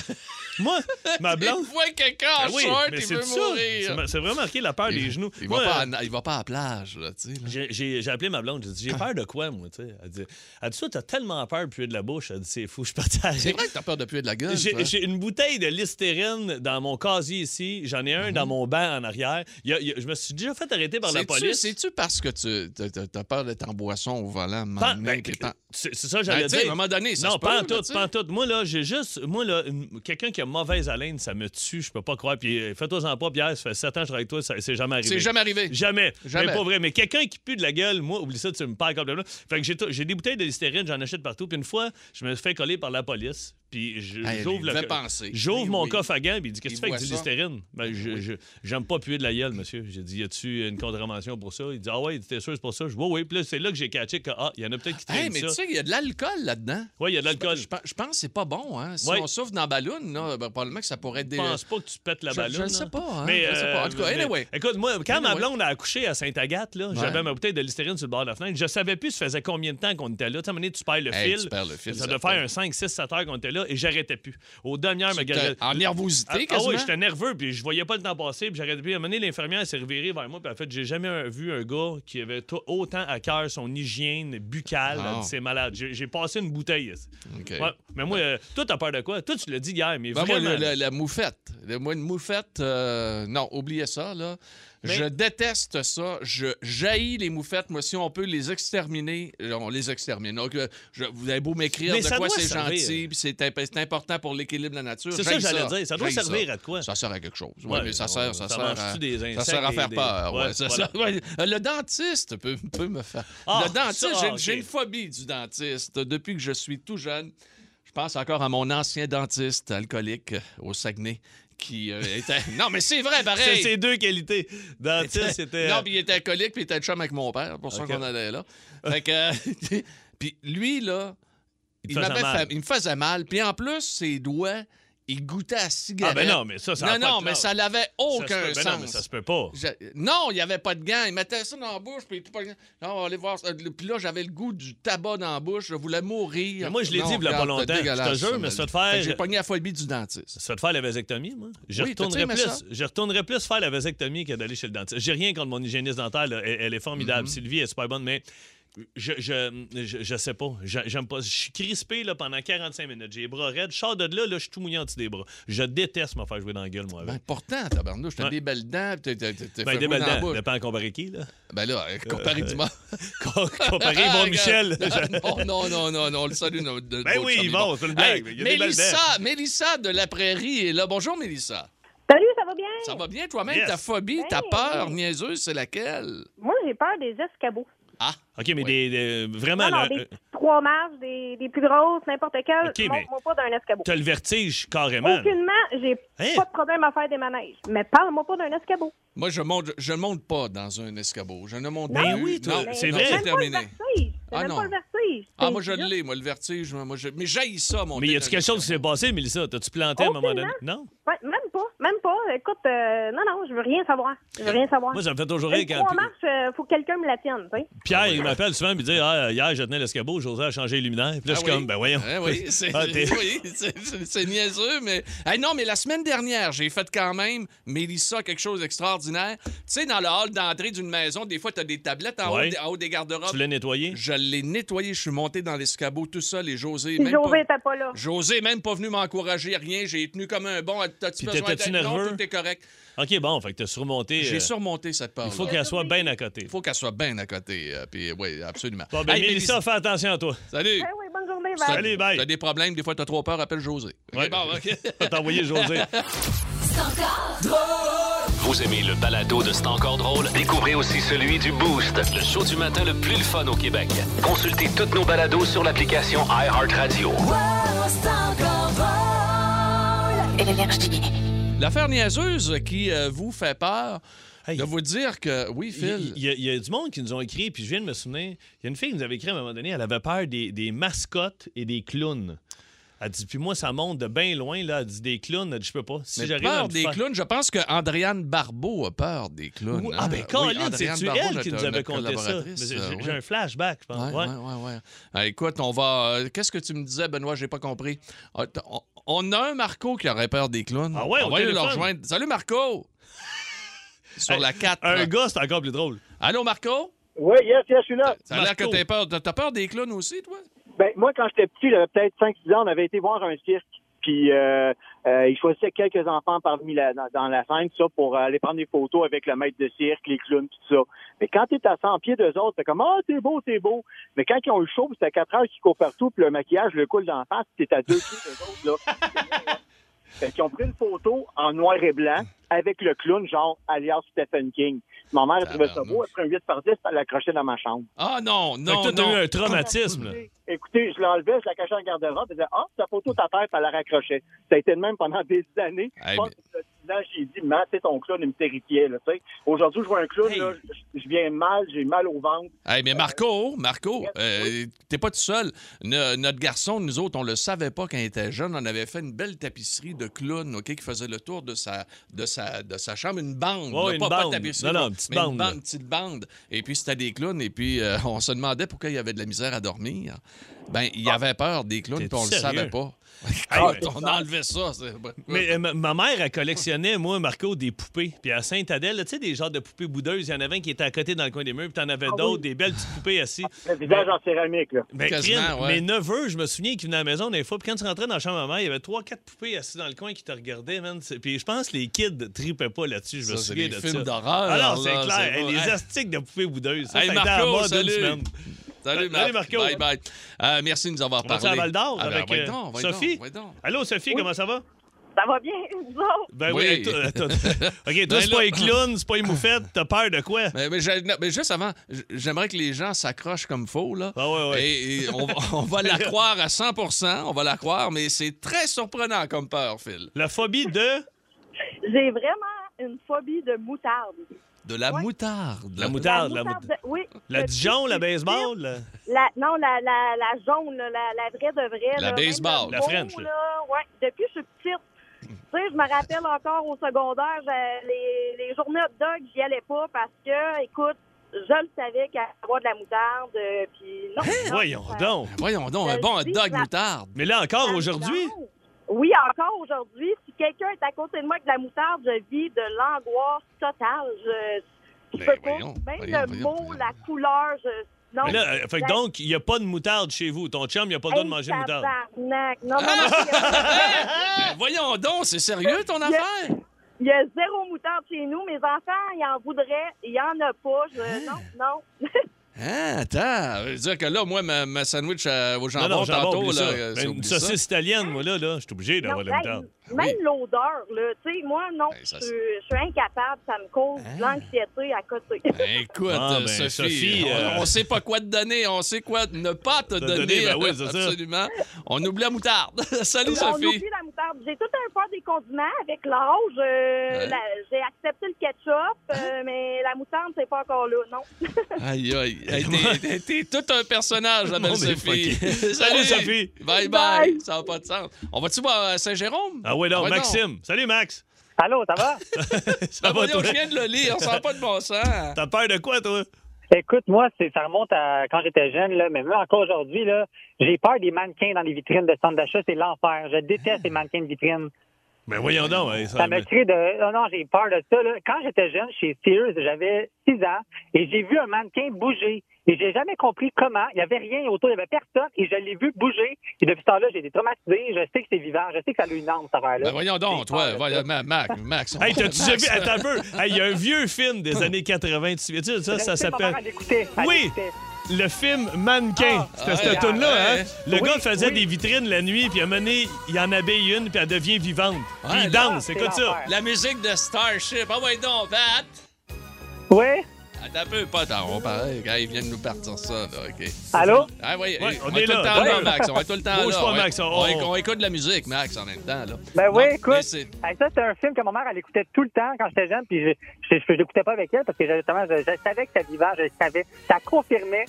Moi, ma
Il
blonde...
voit quelqu'un en
Ah oui,
short,
mais
il
c'est
veut
ça. C'est
mourir.
ma- C'est vraiment marqué la peur des genoux.
Il,
Moi, euh,
va pas à, il va pas à la plage, là, tu sais. là.
j'ai- J'ai j'ai appelé ma blonde, j'ai dit J'ai peur de quoi, moi tu sais? Elle dit Elle dit, toi, t'as tellement peur de puer de la bouche. Elle dit C'est fou, je suis parti à
C'est vrai que t'as peur de puer de la gueule.
J'ai
toi.
j'ai une bouteille de Listerine dans mon casier ici. J'en ai un dans mon banc en arrière. Il y a- il y a- je me suis déjà fait arrêter par la
Mhm. C'est-tu-
police.
C'est-tu parce que tu t'as- t'as t'as peur d'être en boisson au volant, à un moment
Pas-
donné,
ben,
puis t'en-
C'est c'est ça,
Ben,
j'allais
tu sais,
dire.
à un moment donné, ça se
non,
peut,
pas en
là,
tout,
tu sais.
pas en tout. Moi, là, j'ai juste. Moi, là, une- quelqu'un qui a mauvaise haleine, ça me tue. Je peux pas croire. Puis, euh, fais-toi-en pas, Pierre. Ça fait 7 ans que je travaille avec toi. ça- C'est jamais arrivé.
C'est jamais arrivé.
Jamais.
Jamais.
Mais pas vrai. Mais quelqu'un qui pue de la gueule, moi, oublie ça, tu me perds complètement. Fait que j'ai tout- j'ai des bouteilles de listerine, j'en achète partout. Puis une fois, je me fais coller par la police. Puis je-
Hey,
j'ouvre
il
le
devait
co-
penser.
j'ouvre
Oui,
mon
oui.
coffre à gants, puis il dit Qu'est-ce que
Il
tu fais avec
voit
du
ça.
listerine Ben, je- je- j'aime pas puer de la gueule, monsieur. J'ai dit Y a-tu une contravention pour ça Il dit Ah ouais, t'es sûr, c'est pour ça Je dis Oui, oui. Puis là, c'est là que j'ai catché que, ah, il y en a peut-être qui
Hey,
traînent
mais
ça.
tu sais, il y a de l'alcool là-dedans.
Oui, il y a de l'alcool.
Je,
Je
pe- je pense que c'est pas bon, hein. Si
Ouais.
on souffre dans la ballonne, là, ben, probablement que ça pourrait être des.
pense pas que tu pètes la
Je- je
balle.
le sais pas, hein, je le sais pas. En tout cas, anyway.
euh, Écoute, moi, quand ma
Anyway.
blonde a accouché à Sainte-Agathe, là, j'avais ma bouteille de listerine sur le bord de la fenêtre. Je savais plus, ça faisait combien de temps qu'on était là. Tu sais, à un moment donné, tu perds le
Hey,
fil.
tu perds le fil,
Ça
ça
doit
fait.
faire un 5, 6, 7 heures qu'on était là et j'arrêtais plus. Au demi-heure, ma garde.
En nervosité,
Ah, ah
quasiment.
oui, j'étais nerveux, puis je voyais pas le temps passer, puis j'arrêtais plus. À un moment donné, l'infirmière s'est revirée vers moi, puis en fait, j'ai jamais un- vu un gars qui avait to- autant à cœur son hygiène buccale. Elle
Non.
dit, C'est malade. J'ai j'ai passé une bouteille.
Ah. OK.
Ouais, mais moi, euh, toi, t'as peur de quoi? Toi, tu l'as dit hier, mais
Ben, moi,
vraiment...
le- la, la moufette. Le- moi, une moufette, euh, non, oubliez ça, là.
Mais-
Je déteste ça. Je jaillis les moufettes. Moi, si on peut les exterminer, euh, on les extermine. Donc, euh, je- vous avez beau m'écrire
Mais
de
ça
quoi
doit
c'est
servir.
gentil, puis c'est imp- c'est important pour l'équilibre de la nature.
C'est ça
J'haïs
que j'allais dire. Ça doit
J'haïs
servir à de quoi?
Ça sert à quelque chose. Oui,
Ouais,
mais ça
on-
sert, ça,
ça
sert
mange-tu
à,
des
ça sert à
insectes,
faire
des-
peur.
des-
ouais,
ouais,
ça
voilà.
sert- ouais. Euh, Le dentiste peut, peut me faire...
Ah,
le dentiste,
ça,
j'ai
ok.
j'ai une phobie du dentiste. Depuis que je suis tout jeune, je pense encore à mon ancien dentiste alcoolique euh, au Saguenay qui euh, était. Non, mais c'est vrai, pareil.
C'est ses deux qualités. Dentiste, c'était. euh,
Non, puis il était alcoolique, puis il était chum avec mon père, pour
Ok.
ça qu'on allait là. Fait que. euh, puis lui, là,
Il te
il,
faisait
m'avait
mal.
fait- il me faisait mal. Puis en plus, ses doigts, il goûtait à la cigarette.
Ah, ben non, mais ça, ça a pas
Non,
de
non, mais
classe.
ça n'avait
Ça se
aucun
peut- ben
sens.
Non, mais ça se peut pas.
Je- Non, il n'y avait pas de gants. Il mettait ça dans la bouche, puis tout pas de gants. Non, on va aller voir. ça. Puis là, j'avais le goût du tabac dans la bouche. Je voulais mourir.
Mais moi, je l'ai
Non,
dit il y a pas
regarde,
longtemps.
c'est dégueulasse,
Je te jure,
ça,
mais
man.
ça te faire-
Fait que J'ai pogné la phobie du dentiste.
Ça te faire la vasectomie, moi? Je,
Oui, t'as-tu
retournerais
aimé ça?
plus, je retournerais plus faire la vasectomie que d'aller chez le dentiste. J'ai rien contre mon hygiéniste dentaire, là. Elle, elle est formidable.
Mm-hmm.
Sylvie elle est super bonne, mais je, je, je, je sais pas. Je- J'aime pas. Je suis crispé là, pendant 45 minutes. J'ai les bras raides. Je sors de là, là, je suis tout mouillant anti des bras. Je déteste me faire jouer dans la gueule, moi.
Ben,
Avec.
important, tabarnouche. T'as
Ouais.
des belles dents, pis t'as- t'as t'as- t'as
Ben,
fait
des
rouler
belles
dans la
dents.
bouche.
Dépend comparé qui, là.
Ben là, euh, comparé du mort.
comparé
Ah,
Yvon Michel.
non, non, non, non, non, on le salue. no- de-
Ben
notre
oui,
chum
Yvon,
Yvon.
c'est une blague, mais il y a des belles
Mélissa, Mélissa de la Prairie est là. Bonjour, Mélissa.
Salut, ça va bien? Ben.
Ça va bien toi-même?
Yes.
Ta phobie, ta
Hey.
peur niaiseuse, c'est laquelle?
Moi, j'ai peur des escabeaux.
Ah,
OK, mais des, des- vraiment,
Non, non,
là,
des
euh,
petites trois marches, des, des plus grosses, n'importe quelle.
Ok, mais-
Montre-moi pas d'un escabeau.
t'as le vertige carrément.
Aucunement, j'ai
Hein?
pas de problème à faire des manèges. Mais parle-moi pas d'un escabeau.
moi, je monte, je monte pas dans un escabeau. Je ne monte
Ben
plus.
oui, toi,
Non,
c'est
non,
vrai.
C'est
Même pas le
terminé.
vertige. C'est
Ah,
même
non.
pas le vertige.
Ah,
C'est
moi, je
juste-
l'ai, moi, le vertige. moi, je- Mais j'haïs ça, mon
Mais y a-tu quelque chose qui s'est passé, Mélissa? T'as-tu planté à un moment donné? Non?
Ouais, Même pas, même pas. Écoute, euh, non, non, je veux rien savoir. Je veux rien savoir.
Moi, ça me fait toujours rire
Une
quand.
trois marches, euh, faut que quelqu'un me la tienne, tu sais.
Pierre, il m'appelle souvent et me dit ah, Hier, je tenais l'escabeau, José a changé les luminaires. Puis là, je suis comme Ben voyons.
Ah oui, c'est
Ah, t'es-
oui, c'est- c'est- c'est niaiseux, mais. Hey, non, mais la semaine dernière, j'ai fait quand même, Mélissa, quelque chose d'extraordinaire. Tu sais, dans le hall d'entrée d'une maison, des fois, tu as des tablettes en,
Ouais.
haut, des- en haut des
Tu
garde-robes.
l'as nettoyé?
Je l'ai nettoyé, je suis monté dans l'escabeau tout seul et José.
Si
Même
José
pas...
était pas là.
José est même pas venu m'encourager, rien. J'ai tenu comme un bon.
Puis
T'as-tu besoin
t'étais-tu
d'aide? Non,
nerveux?
tout est correct.
OK, bon, fait que t'as surmonté. euh,
J'ai surmonté cette peur.
Il faut qu'elle soit bien à côté.
Il faut qu'elle soit bien à côté. euh, puis oui, absolument.
Bon, ben,
Hey,
Mélissa, fais attention à toi.
salut.
Eh oui, bonne journée, Val.
T'as-
Salut, bye.
T'as des problèmes, des fois t'as trop peur, appelle José. Ok,
Ouais.
bon, ok.
Faut t'envoyer José.
Vous aimez le balado de C'est encore drôle? Découvrez aussi celui du Boost, le show du matin le plus le fun au Québec. Consultez toutes nos balados sur l'application iHeartRadio.
L'affaire niaiseuse qui euh, vous fait peur,
Hey.
de vous dire que, oui,
Il
Phil,
il y, a- il y a du monde qui nous ont écrit, puis je viens de me souvenir. Il y a une fille qui nous avait écrit à un moment donné, elle avait peur des, des mascottes et des clowns. Elle dit, puis moi, ça monte de bien loin, là. Elle dit, des clowns, elle dit, je peux pas. Si
mais
j'arrive à me
peur des
faire-
clowns, je pense que Andréane Barbeau a peur des clowns.
Ou-
hein.
Ah, ben, Colin,
Oui, Andréane
c'est-tu
Barbeau,
elle qui
notre-
nous avait
notre
conté ça? Mais
collaboratrice,
J'ai
euh,
j'ai-
oui.
j'ai un flashback, je pense.
Ouais, ouais,
ouais.
ouais, ouais. Ah, écoute, on va. euh, Qu'est-ce que tu me disais, Benoît? J'ai pas compris. Ah, t- on, on a un Marco qui aurait peur des clowns.
Ah ouais, au
on va aller le
téléphone.
rejoindre. Salut, Marco! Sur
Hey,
la 4.
Un gars, c'est encore plus drôle.
Allô, Marco?
Oui, yes, yes, je suis là.
Ça a l'air que
Marco.
t'as peur. T'as t'as peur des clowns aussi, toi?
Ben, moi, quand j'étais petit, j'avais peut-être 5-6 ans, on avait été voir un cirque. Puis, euh, euh, ils choisissaient quelques enfants parmi la, dans, dans la scène, tout ça, pour euh, aller prendre des photos avec le maître de cirque, les clowns, tout ça. Mais quand t'es à 100 pieds d'eux autres, c'est comme, ah, t'es beau, t'es beau. Mais quand ils ont eu chaud, puis c'est à 4 heures qu'ils courent partout, puis le maquillage le coule d'en face, puis t'es à 2 pieds d'eux autres, là. Fait qu'ils ont pris une photo en noir et blanc avec le clown, genre alias Stephen King. Ma mère elle trouvait ça beau, après un 8 par 10, elle l'accrochait dans ma chambre.
Ah non,
Fait que
non,
toi,
non.
t'as eu un traumatisme. là.
Écoutez, je l'enlevais, je la cachais en garde-robe, je disais, ah, ta photo, ta tête, elle la raccrochait. Ça a été de même pendant des années.
Hey,
je pense que le 10 ans, j'ai dit, man, c'est ton clown, il me terrifiait, là, tu sais. Aujourd'hui, je vois un clown,
Hey.
là, je, je viens mal, j'ai mal au ventre.
Hey, mais Marco, Marco, euh, t'es pas tout seul. Ne- notre garçon, nous autres, on le savait pas quand il était jeune. On avait fait une belle tapisserie de clown, OK, qui faisait le tour de sa, de sa, de sa chambre. Une bande.
Ouais,
là,
une
pas, pas de
bande.
tapisserie.
Non, non,
là,
une petite
mais
bande, là.
Une petite bande. Et puis, c'était des clowns. Et puis, euh, on se demandait pourquoi il y avait de la misère à dormir. Ben, il avait peur des clowns,
Ah. T'es-tu
puis on le savait
sérieux?
pas.
Hey,
Écoute,
mais-
on enlevait ça. c'est-
Mais euh, ma- ma mère, elle collectionnait, moi, Marco, des poupées. Puis à Sainte-Adèle, là, tu sais, des genres de poupées boudeuses. Il y en avait un qui était à côté dans le coin des murs, puis t'en avais d'autres, des belles petites poupées assises.
Le visage en céramique, là.
Mais
Quasiment,
crime, mes
ouais.
neveux, je me souviens qu'ils venaient à la maison des fois, puis quand tu rentrais dans la chambre à maman, il y avait trois, quatre poupées assises dans le coin qui te regardaient, man. C'est- Puis je pense que les kids tripaient pas là-dessus, je me
Ça, c'est
souviens
des
de
films
ça.
d'horreur,
Alors, c'est
là,
clair,
c'est
hey,
pas-
les
hey.
astiques de poupées boudeuses. Ça,
Hey,
ça a été
Marco,
en mode
salut.
une semaine.
Salut,
Salut,
Marc.
Marco.
Bye, bye. Euh, merci de nous avoir
On va
parlé.
à Val d'Or
Ah, ben,
avec
ouais
euh,
donc, ouais
Sophie.
donc, ouais donc.
Allô, Sophie, comment ça va?
Ça va bien, vous autres?
Ben
Oui.
oui. toi- toi- OK,
Ben
toi, c'est
là- Ben.
pas les clowns, c'est pas les moufettes. T'as peur de quoi?
Mais, mais j'ai- non, mais juste avant, j- j'aimerais que les gens s'accrochent comme faux. Là.
Ah ouais, ouais.
Et, et on, va- on va la croire à 100 on va la croire, mais c'est très surprenant comme peur, Phil.
La phobie de...
J'ai vraiment une phobie de moutarde.
De la Ah, moutarde.
La moutarde,
la moutarde, de- oui.
La
Le
Dijon,
petit
la
petit
baseball. là.
La, non, la, la, la jaune, là, la, la vraie de vraie.
La
là,
baseball.
même le
La
beau,
French, là.
là, ouais. Depuis que je suis petite. Tu sais, je me rappelle encore au secondaire, j'ai- les, les journées hot dog, j'y allais pas parce que, écoute, je le savais qu'à avoir de la moutarde, euh, puis non. non,
Voyons
ça-
donc.
Ben, Voyons donc,
Je
un bon hot
le dis,
dog
la-
moutarde.
Mais là encore,
ça-
aujourd'hui,
non. Oui, encore aujourd'hui, si quelqu'un est à côté de moi avec de la moutarde, je vis de l'angoisse totale. Je, je
Ben,
peux pas.
voyons,
Même
voyons,
le
voyons,
mot,
voyons.
la couleur, je. Non.
Mais là, euh, fait que
La-
donc, il n'y a pas de moutarde chez vous. Ton chum, il a pas le droit de
Hey,
manger de moutarde.
tabarnak. Non, non, non, il y a-
Ben, voyons donc, c'est sérieux ton affaire?
Il y a zéro moutarde chez nous. Mes enfants, ils en voudraient. Il n'y en a pas.
Hein?
Je- Non, non.
Ah, attends, veut dire que là, moi, ma, ma sandwich euh, au
Non,
jambon
non, jambon,
tantôt,
oublie
là,
ça.
euh,
Ben,
c'est-
une
oublie ça.
saucisse italienne, moi, là, là, je suis obligé
non
d'avoir de la
là,
moutarde.
même l'odeur, là. Tu sais, moi, non.
Ben, ça, Hein?
je, je suis incapable. Ça me cause de l'anxiété à côté.
Ben, Écoute,
Ah, ben,
Sophie,
Sophie,
on-
euh,
on, sait pas quoi te donner, on sait quoi ne pas te
donner,
donner.
ben oui, c'est ça.
absolument. On oublie la moutarde. Salut,
Ben, on
Sophie.
oublie la moutarde. J'ai tout un peur des condiments avec l'âge. euh,
Ouais. Hein?
la- J'ai accepté le ketchup, euh, mais la moutarde, c'est pas encore là, non.
Aïe, aïe. Hey, t'es- T'es t'es tout un personnage, la
Le
belle
monde est
Sophie.
fucké. Salut, Sophie.
Bye, bye
Bye.
Ça n'a pas de sens. On va-tu voir euh, Saint-Jérôme?
Ah oui, non,
Ouais,
Maxime. Salut, Max.
Allô, ça va?
Ça
Ah,
va,
voyons,
toi?
je viens de le lire, ça n'a pas de bon sens.
T'as peur de quoi, toi?
Écoute, moi, c'est, ça remonte à quand j'étais jeune, là, mais même encore aujourd'hui, là, j'ai peur des mannequins dans les vitrines de centres d'achat. C'est l'enfer. Je déteste les mannequins de vitrine.
Ben voyons donc. hein, ça-
Ça me crée de. oh Non, non, j'ai peur de ça. Là. Quand j'étais jeune, chez Sears, j'avais 6 ans et j'ai vu un mannequin bouger. Et j'ai jamais compris comment. Il n'y avait rien autour, il n'y avait personne et je l'ai vu bouger. Et depuis ce temps-là, j'ai été traumatisé. Je sais que c'est vivant. Je sais que ça a une âme, cette affaire-là.
Ben, voyons
J'ai
donc, toi.
peur de
voilà,
ça.
Ma- Mac, Max. on-
Hey, t'as-tu
Max.
déjà vu? Attends un peu. Hey, il y a un vieux film des années 80, tu te souviens de ça?
Je
Ça
sais, ma mère,
s'appelle...
elle l'écoutait, elle
Oui!
l'écoutait.
Le film Mannequin. C'était
Ah,
cette tune là
ouais.
hein? Le
Oui,
gars faisait
oui.
des vitrines la nuit, puis à un moment donné, il en habille une, puis elle devient vivante. Puis
Ouais,
il
là,
danse.
c'est
Écoute ça.
l'enfer.
La musique de Starship. Ah ouais, donc, Pat.
Oui?
Attends un peu, Pat. Ah, on pareil, gars, ils viennent nous partir ça, là, OK.
Allô?
Ah oui,
Ouais,
on,
on
est,
est
tout le
là.
temps là,
Ouais.
Max. On est tout le temps
Bouge
là.
pas,
on, est-
Max, on-
on est- on écoute de la musique, Max, en même temps, là.
Ben oui,
Non, mais
écoute.
c'est-
Hey, ça, c'est un film que ma mère, elle écoutait tout le temps quand j'étais jeune, puis je je, je l'écoutais pas avec elle parce que justement, je, je savais que c'était vivant, je savais. Ça confirmait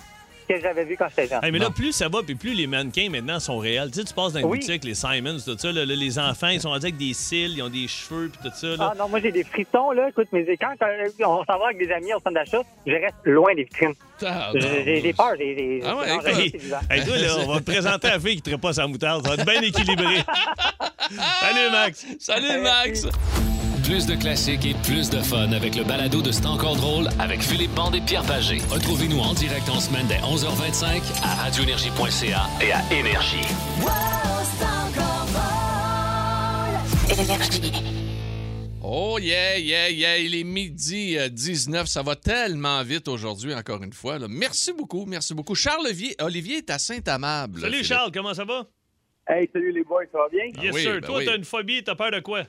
ce que j'avais vu quand j'étais jeune.
Hey, mais là,
Bon.
plus ça va, puis plus les mannequins maintenant sont réels. Tu sais, tu passes dans une
Oui.
boutique, les Simons, tout ça, là, là, les enfants, ils sont rendus avec des cils, ils ont des cheveux, puis tout ça. Là.
Ah non, moi j'ai des frissons, là. Écoute, mais quand euh, on s'en va avec des amis au centre d'achat, je reste loin des vitrines.
Ah,
Je-
non.
J'ai j'ai peur, j'ai- j'ai.
Ah ouais,
non, je-
Hey,
c'est vivant.
hey, toi, là, on va te présenter à la fille qui ne traite pas sa moutarde. Ça va être bien équilibré. Salut, Max.
Salut, Max.
Plus de classiques et plus de fun avec le balado de C'est encore drôle avec Philippe Bande et Pierre Pagé. Retrouvez-nous en direct en semaine dès 11h25 à radioénergie.ca et à Énergie.
Oh yeah, yeah, yeah, il est midi euh, 19, ça va tellement vite aujourd'hui, encore une fois. là. Merci beaucoup, merci beaucoup. Charles Olivier, Olivier est à Saint-Amable.
Salut,
Philippe.
Charles, comment ça va?
Hey, salut les boys, ça va bien?
Ah
yes,
oui,
sir.
ben
Toi,
oui.
t'as une phobie, t'as peur de quoi?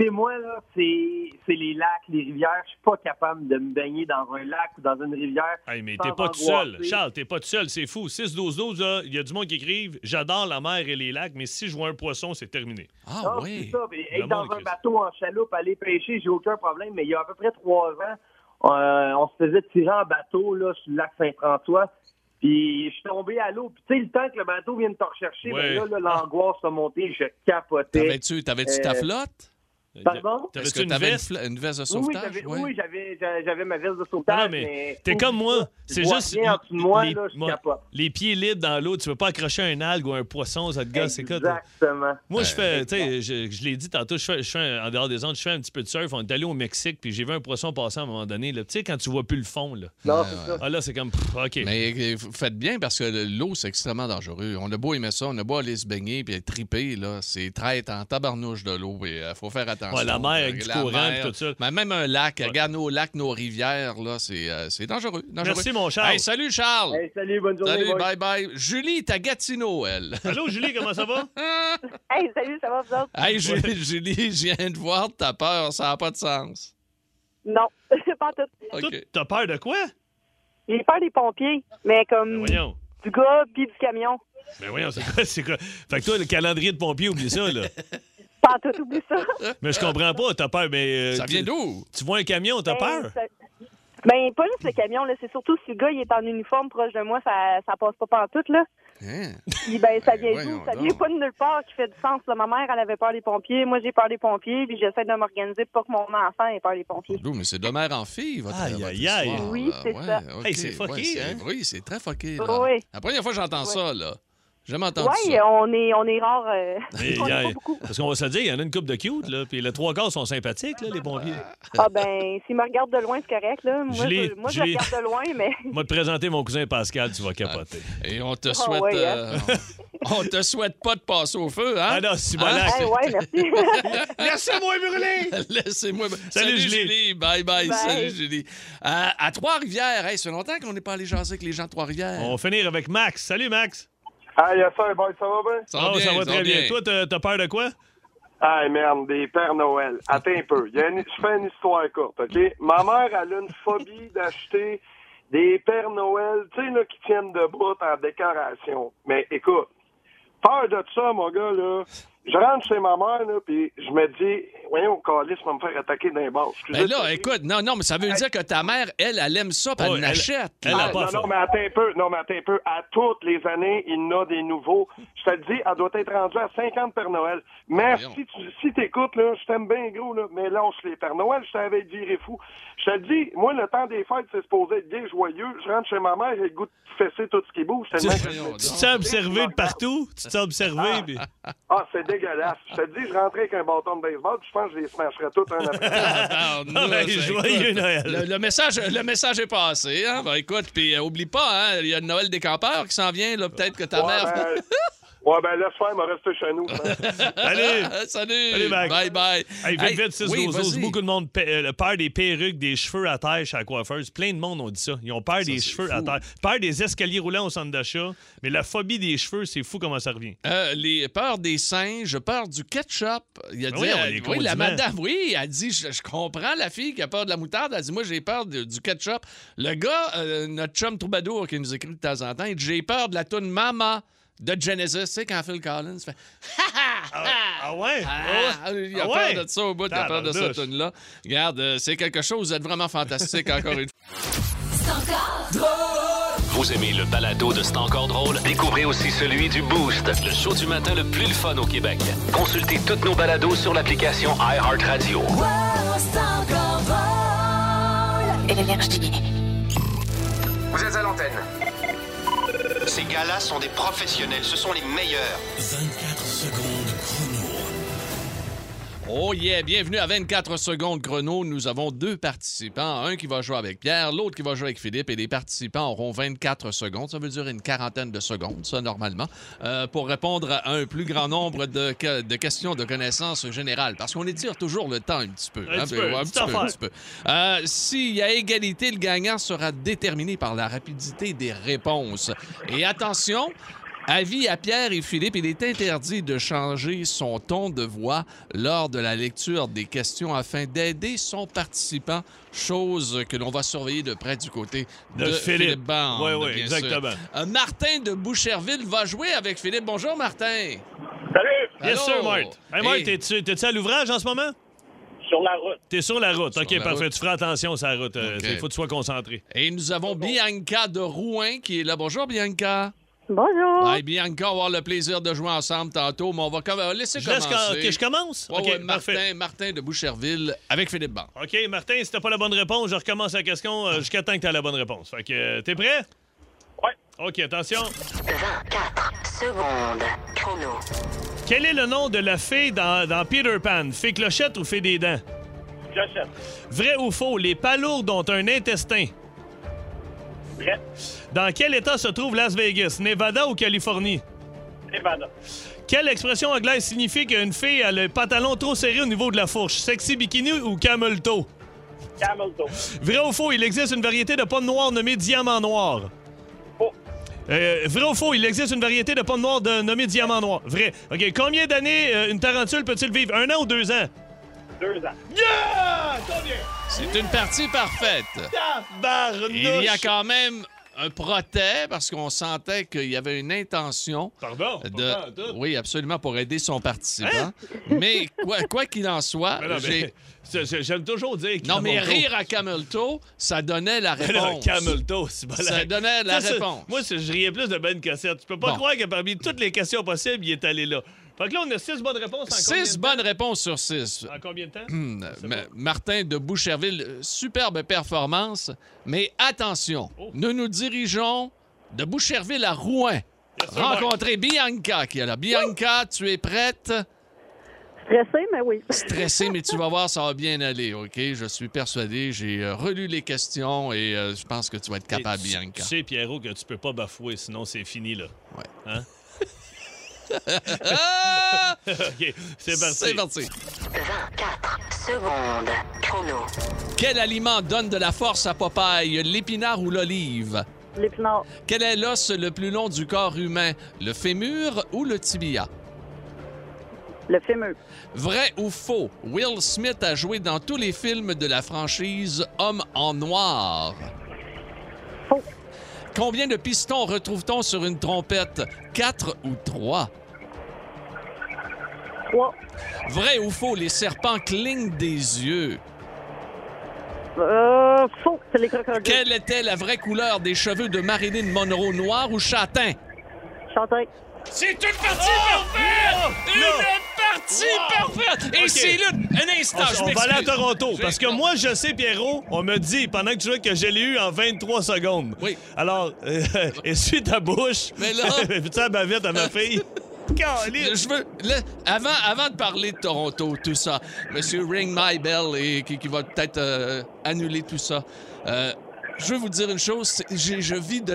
C'est moi, là, c'est c'est les lacs, les rivières. Je suis pas capable de me baigner dans un lac ou dans une rivière.
Hey, mais
sans
t'es pas tout seul.
m'angoisser.
Charles, t'es pas tout seul, c'est fou. 6-12-12, il y a du monde qui écrive J'adore la mer et les lacs, mais si je vois un poisson, c'est terminé.
Ah
Non,
oui.
c'est ça. mais
Le
être dans
monde,
un
Chris.
bateau en chaloupe, aller pêcher, j'ai aucun problème. Mais il y a à peu près trois ans, euh, on se faisait tirer en bateau là, sur le lac Saint-François. Puis je suis tombé à l'eau. Puis tu sais, le temps que le bateau vienne te rechercher,
Ouais. Ah, ben,
ben là, là, l'angoisse a monté. Je capotais.
T'avais-tu t'avais-tu ta
Euh,
flotte?
Ben,
Pardon?
Est-ce
T'avais-tu
que
une
t'avais
veste?
une, fla- une veste de
Oui,
sauvetage?
j'avais
Ouais.
oui, j'avais- j'a- j'avais ma veste de
Non,
sauvetage.
non, mais t'es comme moi.
Je
C'est
vois
juste.
rien en dessous de moi,
les,
là, je
moi,
capote.
les pieds libres dans l'eau, tu veux pas accrocher un algue ou un poisson, ça te gosse, c'est quoi, toi?
Exactement.
Moi, je fais, tu sais, je, je l'ai dit tantôt, je fais, je fais un- en dehors des ondes, je fais un petit peu de surf. On est allé au Mexique, puis j'ai vu un poisson passer à un moment donné. là. Tu sais, quand tu vois plus le fond, là.
Non, c'est ça.
Ah là, c'est comme, pff, OK.
Mais euh, vous faites bien parce que le- l'eau, c'est extrêmement dangereux. On a beau aimer ça, on a beau aller se baigner puis être trippé, là, c'est traître en tabarnouche de l'eau. Il faut faire attention. Euh,
Ouais, la mer avec du
La
courant
mer,
puis tout ça.
mais Même un lac,
Ouais.
regarde nos lacs, nos rivières, là, c'est euh, c'est dangereux, dangereux.
Merci, mon Charles.
Hey, salut, Charles.
Hey, salut, bonne journée.
salut,
boys.
bye bye. Julie est à Gatineau, elle.
Allô, Julie, comment ça va?
hey, salut, ça va, vous autres?
hey, Julie, Julie, je viens de voir, t'as peur, ça n'a pas de sens.
Non, pas en tout.
OK.
Toi, T'as peur de quoi?
J'ai peur des pompiers,
Ben
mais
Ah
comme
voyons.
du gars puis du camion.
Ben voyons, c'est quoi, c'est quoi? Fait que toi, le calendrier de pompiers, oublie ça, là.
Pas tout, oublie ça.
Mais je comprends pas, t'as peur, mais. euh,
Ça vient d'où?
Tu vois un camion, t'as peur?
Ben, ça- ben, pas juste le camion, là. C'est surtout si le gars, il est en uniforme proche de moi, ça, ça passe pas pantoute, là.
Hein?
Puis, ben, ça
Ben,
vient d'où?
voyons
Ça
donc.
vient pas de nulle part qui fait du sens, là. Ma mère, elle avait peur des pompiers. Moi, j'ai peur des pompiers, puis j'essaie de m'organiser pour pas que mon enfant ait peur des pompiers.
D'où, mais c'est de mère en fille, votre
Aïe,
votre
aïe,
histoire,
aïe.
là.
Oui, c'est
Ouais,
ça.
ok,
Hey, c'est fucké,
ouais, c'est-
hein?
Oui, c'est très fucké. là.
Oui.
La première fois que j'entends ça, là. J'ai Jamais entendu
Ouais,
ça.
on est, on est rare. euh,
Mais
on
il y
est
a-
pas beaucoup.
parce qu'on va se le dire, il y en a une coupe de cute, là, puis les trois quarts sont sympathiques, là, les pompiers.
Ah, ben, s'il me regarde de loin, c'est correct, là. Moi,
Julie,
je, moi, je
Julie.
regarde de loin, mais.
Moi, te présenter mon cousin Pascal, tu vas capoter.
Et on te souhaite.
euh, Ah, ouais, hein.
euh, on on te souhaite pas de passer au feu, hein?
Ah non, c'est bolac.
Eh, ouais, merci.
Oh, Laissez-moi brûler!
Laissez-moi.
Salut, Julie.
Bye, bye
Bye.
Salut Julie. Euh, à Trois-Rivières, hey, ça fait longtemps qu'on n'est pas allé jaser avec les gens de Trois-Rivières.
On va finir avec Max. Salut, Max.
Ah, yes, sir, boy, ça va bien?
Ça va,
Oh,
bien,
ça va très bien.
bien.
Toi, t'as t'as peur de quoi?
Ah, merde, des Pères Noël. Attends un peu. Il y a une- Je fais une histoire courte, OK? Ma mère, elle a une phobie d'acheter des Pères Noël, tu sais, là, qui tiennent debout en décoration. Mais écoute, peur de ça, mon gars, là. Je rentre chez ma mère, là, puis je me dis, voyons, Calis va me faire attaquer d'un bord.
Ben là, écoute, non, non, mais ça veut dire que ta mère, elle, elle aime ça, puis
Ouais, Oh,
elle
elle-
l'achète.
elle
là.
a
non,
pas faim.
Ah, non, mais attends un peu. Non, mais attends un peu. À toutes les années, il y en a des nouveaux. Je te le dis, elle doit être rendue à 50 Père Noël. Mais
Voyons.
si tu si t'écoutes, là, je t'aime bien gros, là, mais lâche les Père Noël, je t'avais viré fou. Je te le dis, moi, le temps des fêtes, c'est supposé être bien joyeux. Je rentre chez ma mère, j'ai le goût de fesser tout ce qui bouge.
Tu,
tellement que je me
voyons
dis,
tu te sens observé de partout? Tu te sens observé? puis-
Ah, c'est dégueulasse. Je te dis, je rentrais avec un bâton de baseball, puis je pense que je les smasherais tous un après.
Ah,
Ah, ben,
ben,
joyeux
écoute,
Noël.
Le, le message, le message est passé. Hein? Ben, écoute, puis euh, oublie pas, hein, il y a le Noël des campeurs qui s'en vient. là, Peut-être que ta
Ouais,
mère.
ben, ouais, ben, laisse faire, me rester chez nous. hein.
Allez!
Ah, Salut!
Salut, Max.
Bye bye!
Hey, vite, vite,
c'est
6 Beaucoup de monde pa- euh, le peur des perruques, des cheveux à terre chez la coiffeuse. Plein de monde ont dit ça. Ils ont peur des
c'est
cheveux
fou.
à terre. Peur des escaliers roulants au centre d'achat. Mais la phobie des cheveux, c'est fou comment ça revient.
Euh, les peurs des singes, peur du ketchup. Il
Ah
a dit,
oui, on
euh,
les
oui, la
condiments.
madame, oui, elle dit, je, je comprends la fille qui a peur de la moutarde. Elle dit, moi, j'ai peur de- du ketchup. Le gars, euh, notre chum troubadour qui nous écrit de temps en temps, il dit, j'ai peur de la toune Mama de Genesis. Tu sais, quand Phil Collins fait
Ah ouais?
Ah, il a
Ah
peur
ouais?
de ça au bout, il a peur de cette
Tabarnouche.
tune-là. Regarde, euh, c'est quelque chose, vous êtes vraiment fantastique encore une fois.
Vous aimez le balado de C'est encore drôle? Découvrez aussi celui du Boost, le show du matin le plus le fun au Québec. Consultez toutes nos balados sur l'application iHeartRadio.
Vous êtes à l'antenne. Ces gars-là sont des professionnels, ce sont les meilleurs.
Oh yeah, bienvenue à 24 secondes chrono. Nous avons deux participants, un qui va jouer avec Pierre, l'autre qui va jouer avec Philippe, et les participants auront 24 secondes, ça veut dire une quarantaine de secondes, ça normalement, euh, pour répondre à un plus grand nombre de, que- de questions de connaissances générales, parce qu'on étire toujours le temps un petit peu.
Un petit peu,
Ouais,
une petite affaire.
peu. Euh, S'il y a égalité, le gagnant sera déterminé par la rapidité des réponses. Et attention, avis à Pierre et Philippe, il est interdit de changer son ton de voix lors de la lecture des questions afin d'aider son participant, chose que l'on va surveiller de près du côté de,
De Philippe.
Bande,
Ouais, ouais,
bien
exactement.
sûr. Euh, Martin de Boucherville va jouer avec Philippe. Bonjour, Martin.
Salut!
Yes,
Allô?
sir, Mart. Hey, Mart,
Et-
t'es-tu t'es-tu à l'ouvrage en ce moment?
Sur la route.
T'es sur la route.
Sur
OK,
la
parfait.
route.
Tu feras attention sur la route. Il
OK.
faut que tu sois concentré.
Et nous avons Bianca de Rouen qui est là. Bonjour, Bianca.
Bonjour.
Ouais, Bianca, on va avoir le plaisir de jouer ensemble tantôt, mais on va com- laisser
Je laisse
commencer.
quand- que je commence?
Ouais,
OK,
ouais,
parfait.
Martin, Martin de Boucherville avec Philippe Ban.
OK, Martin, si t'as pas la bonne réponse, je recommence la question euh, jusqu'à temps que t'as la bonne réponse. Fait que euh, t'es prêt? Ouais. OK, attention.
24 secondes chrono.
Quel est le nom de la fée dans, dans Peter Pan? Fée clochette ou fée des dents?
J'achète.
Vrai ou faux, les palourdes ont un intestin?
Vrai.
Dans quel état se trouve Las Vegas? Nevada ou Californie?
Nevada.
Quelle expression anglaise signifie qu'une fille a le pantalon trop serré au niveau de la fourche? Sexy bikini ou camel toe?
Camel toe.
Vrai ou faux, il existe une variété de pommes noires nommée diamant noir?
Faux.
Euh, vrai ou faux, il existe une variété de pommes noires de- nommée diamant noir? Vrai. OK, combien d'années euh, une tarentule peut-il vivre? Un an ou deux ans?
Deux ans.
Yeah! Combien?
C'est une partie parfaite. Il y a
Tabarnouche!
quand même un protet parce qu'on sentait qu'il y avait une intention.
Pardon?
Euh, De... Oui, absolument, pour aider son participant. Mais quoi quoi qu'il en soit,
Hein? Mais non, mais-
j'ai-
c'est- c'est- J'aime toujours dire.
Non, mais rire à Camelto, ça donnait la réponse.
Camelto, c'est bon.
Ça donnait la
c'est-
réponse.
Moi, c'est- je riais plus de Ben Cassette. Tu peux pas
Bon.
croire que parmi toutes les questions possibles, il est allé là. Fait que là, on a six bonnes réponses en
Six bonnes réponses sur six.
combien de- en combien de temps?
Hum, Ma- Martin de Boucherville, euh, superbe performance, mais attention,
Oh.
nous nous dirigeons de Boucherville à Rouen.
sir,
Rencontrer Bianca qui est là. Bianca, tu es prête?
Stressé, mais oui.
Stressée, mais tu vas voir, ça va bien aller, OK? Je suis persuadé, j'ai euh, relu les questions et euh, je pense que tu vas être capable,
Et tu- Tu
Bianca.
sais, Pierrot, que tu peux pas bafouer, sinon c'est fini, là.
Ouais.
Hein?
Ah!
OK, c'est parti.
C'est parti.
24 secondes. Chrono.
Quel aliment donne de la force à Popeye, l'épinard ou l'olive?
L'épinard.
Quel est l'os le plus long du corps humain, le fémur ou le tibia?
Le fémur.
Vrai ou faux, Will Smith a joué dans tous les films de la franchise Homme en noir.
Faux.
Combien de pistons retrouve-t-on sur une trompette? Quatre ou trois?
3.
Vrai ou faux, les serpents clignent des yeux.
Euh, faux. C'est les crocodiles.
Quelle était la vraie couleur des cheveux de Marilyn Monroe, noir ou châtain? Oh!
Chantin.
C'est une partie parfaite! une partie parfaite! Et
OK.
c'est là... Un instant,
On,
je
on va
m'excuse.
aller à Toronto.
J'ai-
Parce que moi, je sais, Pierrot, on me dit pendant que tu jouais que je l'ai eu en 23 secondes.
Oui.
Alors, euh, essuie ta bouche.
Mais là-
Fais-tu la bavette à ma fille? Caliste.
Je veux. là, avant, avant de parler de Toronto, tout ça, Monsieur Ring My Bell et qui, qui va peut-être euh, annuler tout ça. euh, je veux vous dire une chose, c'est- j'ai- je vis de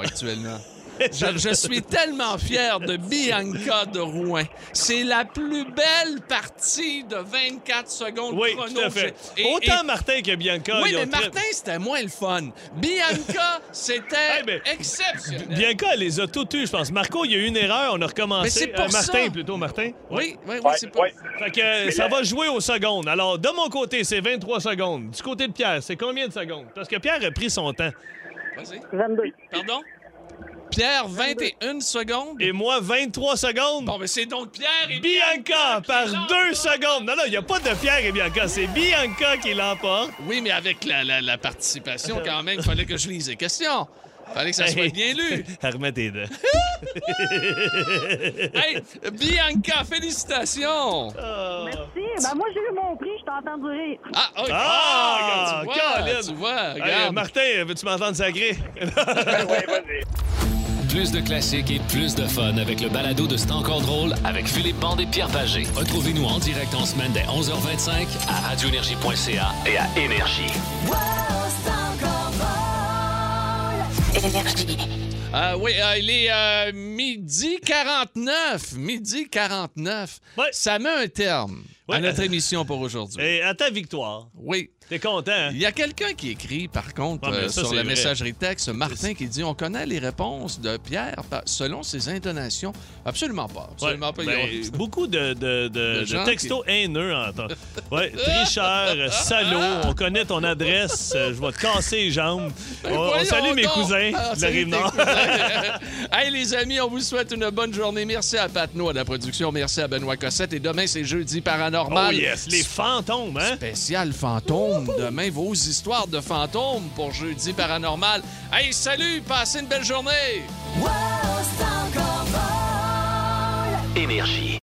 actuellement. Je, je suis tellement fier de Bianca de Rouen. C'est la plus belle partie de 24 secondes
Oui,
chrono.
tout à fait.
Et- et-
Autant Martin que Bianca.
oui,
ils ont
mais
très-
Martin, c'était moins le fun. Bianca, c'était
Hey, mais-
exceptionnel.
Bianca, elle les a tout eues, je pense. Marco, il y a eu une erreur, on a recommencé. euh,
Mais c'est pour ça.
Martin, plutôt, Martin.
Oui, oui, oui,
Ouais,
c'est pas...
ouais.
Fait que euh, ça va jouer aux secondes. Alors, de mon côté, c'est 23 secondes. Du côté de Pierre, c'est combien de secondes? Parce que Pierre a pris son temps.
Vas-y.
22.
Pardon? Pierre, 21 secondes.
Et moi, 23 secondes.
Bon, mais c'est donc Pierre et
Bianca par
l'emporte.
deux secondes. Non, non, il n'y a pas de Pierre et Bianca. C'est Bianca qui l'emporte.
Oui, mais avec la, la- la participation, quand même, il fallait que je lise les questions. Fallait que ça soit bien lu.
Remets tes dents.
Hey, Bianca,
Oh.
félicitations!
Si, ben moi, j'ai eu mon prix, je t'entends du rire.
Ah, oh,
Ah,
ah,
Colin.
regarde, tu vois, tu vois,
Hey,
regarde.
Martin, veux-tu m'entendre sacré?
Plus de classiques et plus de fun avec le balado de C'est encore drôle avec Philippe Bande et Pierre Pagé. Retrouvez-nous en direct en semaine dès 11h25 à radioénergie.ca et à Énergie.
Ah oui, euh, il est euh, midi 49. Midi 49.
Ouais.
Ça met un terme
Ouais. Euh,
à notre émission pour aujourd'hui.
Et à ta victoire.
Oui.
T'es content, hein?
Il y a quelqu'un qui écrit, par contre,
Ah, mais
euh,
ça,
sur
c'est
la
vrai.
messagerie texte, Martin, qui dit On connaît les réponses de Pierre pa- selon ses intonations. Absolument pas. Absolument
Ouais,
pas.
ben,
Il y a-
beaucoup de, de- de- de
gens
textos haineux en temps. Ouais, tricheur, euh, salaud, on connaît ton adresse, euh, je vais te casser les jambes. On, on
Ben, Voyons
salue mes
donc.
cousins
Ah,
de la
salut tes
Rive-Nord.
cousins. hey, les amis, on vous souhaite une bonne journée. Merci à Pat Noix de la production. Merci à Benoît Cossette. Et demain, c'est jeudi paranormal.
Oh yes, les fantômes, hein?
Spécial fantôme. Demain, vos histoires de fantômes pour jeudi paranormal. Hey, salut, passez une belle journée.
Énergie.